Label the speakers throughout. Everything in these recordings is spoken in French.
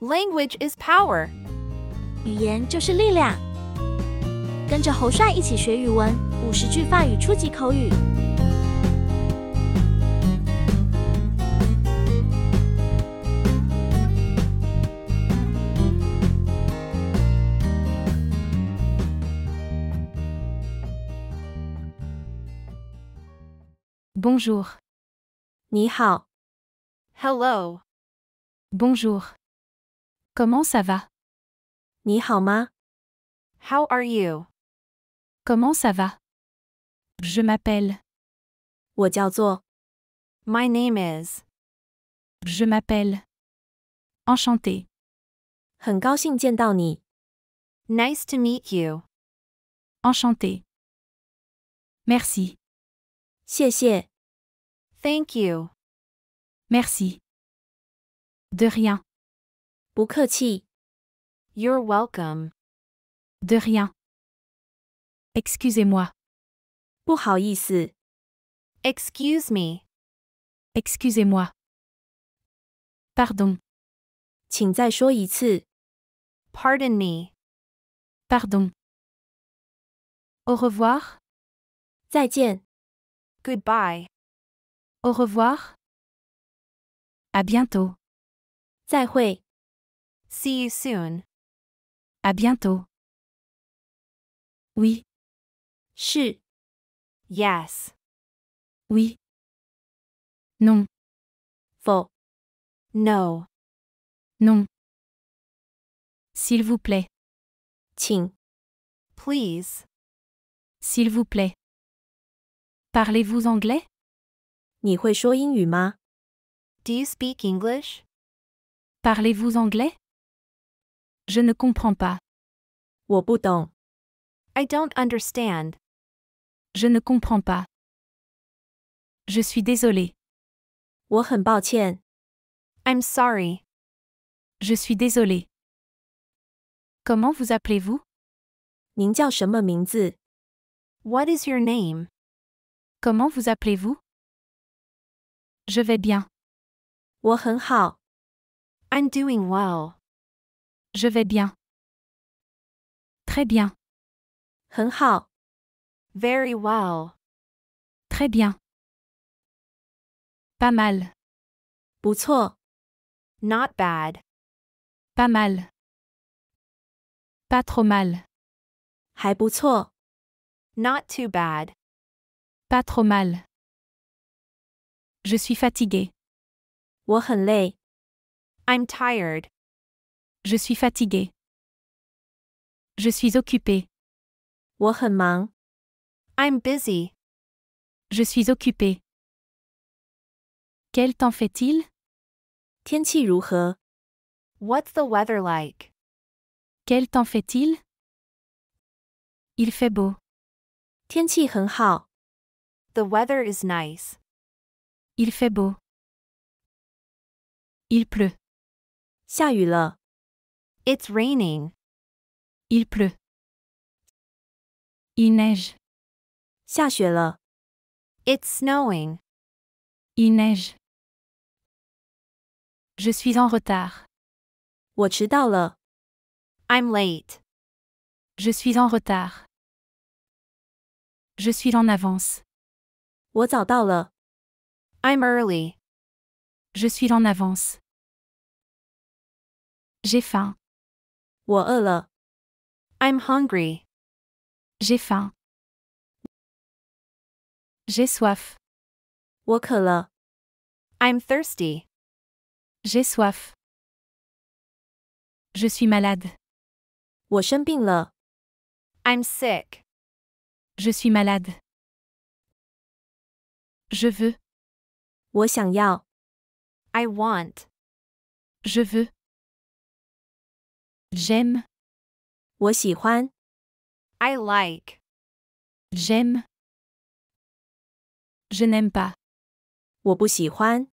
Speaker 1: Language is power.
Speaker 2: 语言就是力量。跟着侯帅一起学语文，五十句法语初级口语。
Speaker 3: Bonjour.
Speaker 2: 你好，
Speaker 1: Hello.
Speaker 3: Bonjour. Comment ça va
Speaker 2: 你好吗？
Speaker 1: How are you?
Speaker 3: Comment ça va Je m'appelle.
Speaker 2: 我叫做，
Speaker 1: My name is.
Speaker 3: Je m'appelle. Enchanté.
Speaker 2: 很高兴见到你。
Speaker 1: Nice to meet you.
Speaker 3: Enchanté. Merci.
Speaker 2: 谢谢，
Speaker 1: Thank you.
Speaker 3: Merci. De rien.
Speaker 2: 不客气，
Speaker 1: You're welcome.
Speaker 3: De rien. Excusez-moi.
Speaker 2: 不好意思，
Speaker 1: Excuse me.
Speaker 3: Excusez-moi. Pardon.
Speaker 2: 请再说一次。
Speaker 1: Pardon me.
Speaker 3: Pardon. Au revoir.
Speaker 2: 再见，
Speaker 1: Goodbye.
Speaker 3: Au revoir. À bientôt.
Speaker 2: 再会，
Speaker 1: See you soon.
Speaker 3: À bientôt. Oui,
Speaker 2: 是，
Speaker 1: Yes.
Speaker 3: oui. Non,
Speaker 2: 否，
Speaker 1: No.
Speaker 3: non. S'il vous plaît,
Speaker 2: 请，
Speaker 1: Please.
Speaker 3: s'il vous plaît. Parlez-vous anglais
Speaker 2: 你会说英语吗？
Speaker 1: Do you speak English?
Speaker 3: Parlez-vous anglais Je ne comprends pas.
Speaker 2: 我不懂，
Speaker 1: I don't understand.
Speaker 3: Je ne comprends pas. Je suis désolée.
Speaker 2: 我很抱歉，
Speaker 1: I'm sorry.
Speaker 3: Je suis désolée. Comment vous appelez-vous
Speaker 2: 您叫什么名字？
Speaker 1: What is your name?
Speaker 3: Comment vous appelez-vous Je vais bien.
Speaker 2: 我很好，
Speaker 1: I'm doing well.
Speaker 3: Je vais bien. Très bien,
Speaker 2: 很好，
Speaker 1: Very well.
Speaker 3: très bien. Pas mal,
Speaker 2: 不错，
Speaker 1: Not bad.
Speaker 3: pas mal. Pas trop mal,
Speaker 2: 还不错，
Speaker 1: Not too bad.
Speaker 3: pas trop mal. Je suis fatiguée,
Speaker 2: 我很累，
Speaker 1: I'm tired.
Speaker 3: je suis fatiguée. Je suis occupée,
Speaker 2: 我很忙，
Speaker 1: I'm busy.
Speaker 3: je suis occupée. Quel temps fait-il
Speaker 2: 天气如何？
Speaker 1: What's the weather like?
Speaker 3: Quel temps fait-il Il fait beau,
Speaker 2: 天气很好，
Speaker 1: The weather is nice.
Speaker 3: il fait beau. Il pleut.
Speaker 2: 下雨了，
Speaker 1: It's raining.
Speaker 3: Il pleut. Il neige,
Speaker 2: 下雪了，
Speaker 1: It's snowing.
Speaker 3: il neige. Je suis en retard,
Speaker 2: 我迟到了，
Speaker 1: I'm late.
Speaker 3: je suis en retard. Je suis en avance,
Speaker 2: 我早到了，
Speaker 1: I'm early.
Speaker 3: je suis en avance. J'ai faim,
Speaker 2: 我饿了，
Speaker 1: I'm hungry.
Speaker 3: j'ai faim. J'ai soif,
Speaker 2: 我渴了，
Speaker 1: I'm thirsty.
Speaker 3: j'ai soif. Je suis malade,
Speaker 2: 我生病了，
Speaker 1: I'm sick.
Speaker 3: je suis malade. Je veux,
Speaker 2: 我想要，
Speaker 1: I want.
Speaker 3: Je veux. J'aime,
Speaker 2: 我喜欢，
Speaker 1: I like.
Speaker 3: j'aime. Je n'aime pas,
Speaker 2: 我不喜欢，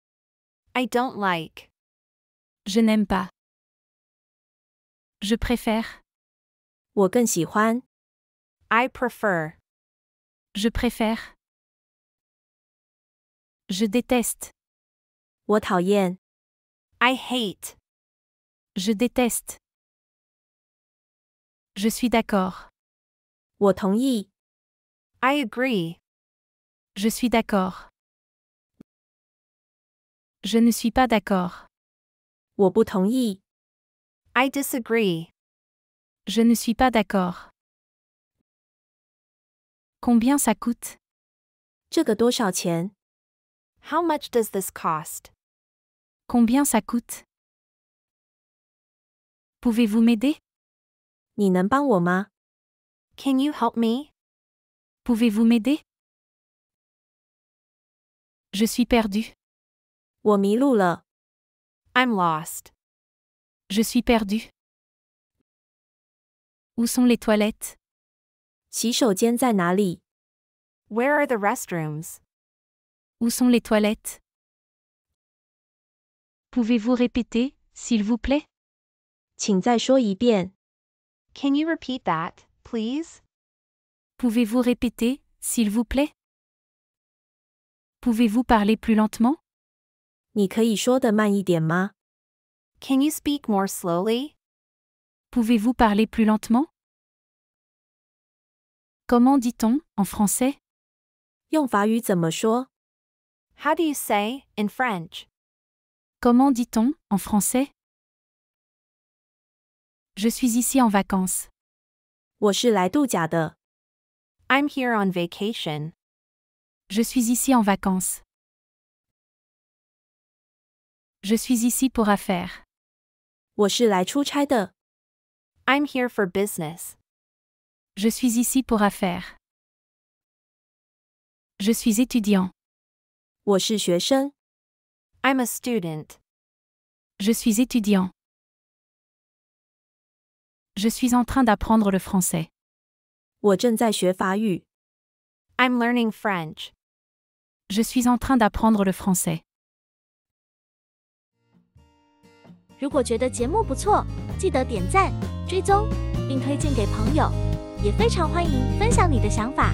Speaker 1: I don't like.
Speaker 3: je n'aime pas. Je préfère,
Speaker 2: 我更喜欢，
Speaker 1: I prefer.
Speaker 3: je préfère. Je déteste,
Speaker 2: 我讨厌，
Speaker 1: I hate.
Speaker 3: Je déteste. Je suis d'accord.
Speaker 4: 我同意，
Speaker 1: I agree.
Speaker 3: Je suis d'accord. Je ne suis pas d'accord.
Speaker 4: 我不同意，
Speaker 1: I disagree.
Speaker 3: Je ne suis pas d'accord. Combien ça coûte
Speaker 4: 这个多少钱？
Speaker 1: How much does this cost?
Speaker 3: Combien ça coûte Pouvez-vous m'aider
Speaker 4: 你能帮我吗？
Speaker 1: Can you help me?
Speaker 3: Pouvez-vous m'aider Je suis perdu.
Speaker 4: 我迷路了，
Speaker 1: I'm lost.
Speaker 3: Je suis perdu. Où sont les toilettes
Speaker 4: 洗手间在哪里？
Speaker 1: Where are the restrooms?
Speaker 3: Où sont les toilettes Pouvez-vous répéter, s'il vous plaît
Speaker 4: 请再说一遍，
Speaker 1: Can you repeat that, please?
Speaker 3: Pouvez-vous répéter, s'il vous plaît Pouvez-vous parler plus lentement
Speaker 4: 你可以说的慢一点吗？
Speaker 1: Can you speak more slowly?
Speaker 3: Pouvez-vous parler plus lentement Comment dit-on, en français
Speaker 4: 用法语怎么说？
Speaker 1: How do you say, in French?
Speaker 3: Comment dit-on, en français Je suis ici en vacances.
Speaker 4: 我是来度假的，
Speaker 1: I'm here on vacation.
Speaker 3: Je suis ici en vacances. Je suis ici pour affaires.
Speaker 4: 我是来出差的，
Speaker 1: I'm here for business.
Speaker 3: Je suis ici pour affaires. Je suis étudiant.
Speaker 4: 我是学生，
Speaker 1: I'm a student.
Speaker 3: Je suis étudiant. Je suis en train d'apprendre le français.
Speaker 4: 我正在学法语，
Speaker 1: I'm learning French.
Speaker 3: Je suis en train d'apprendre le français.
Speaker 2: 如果觉得节目不错，记得点赞、追踪，并推荐给朋友，也非常欢迎分享你的想法。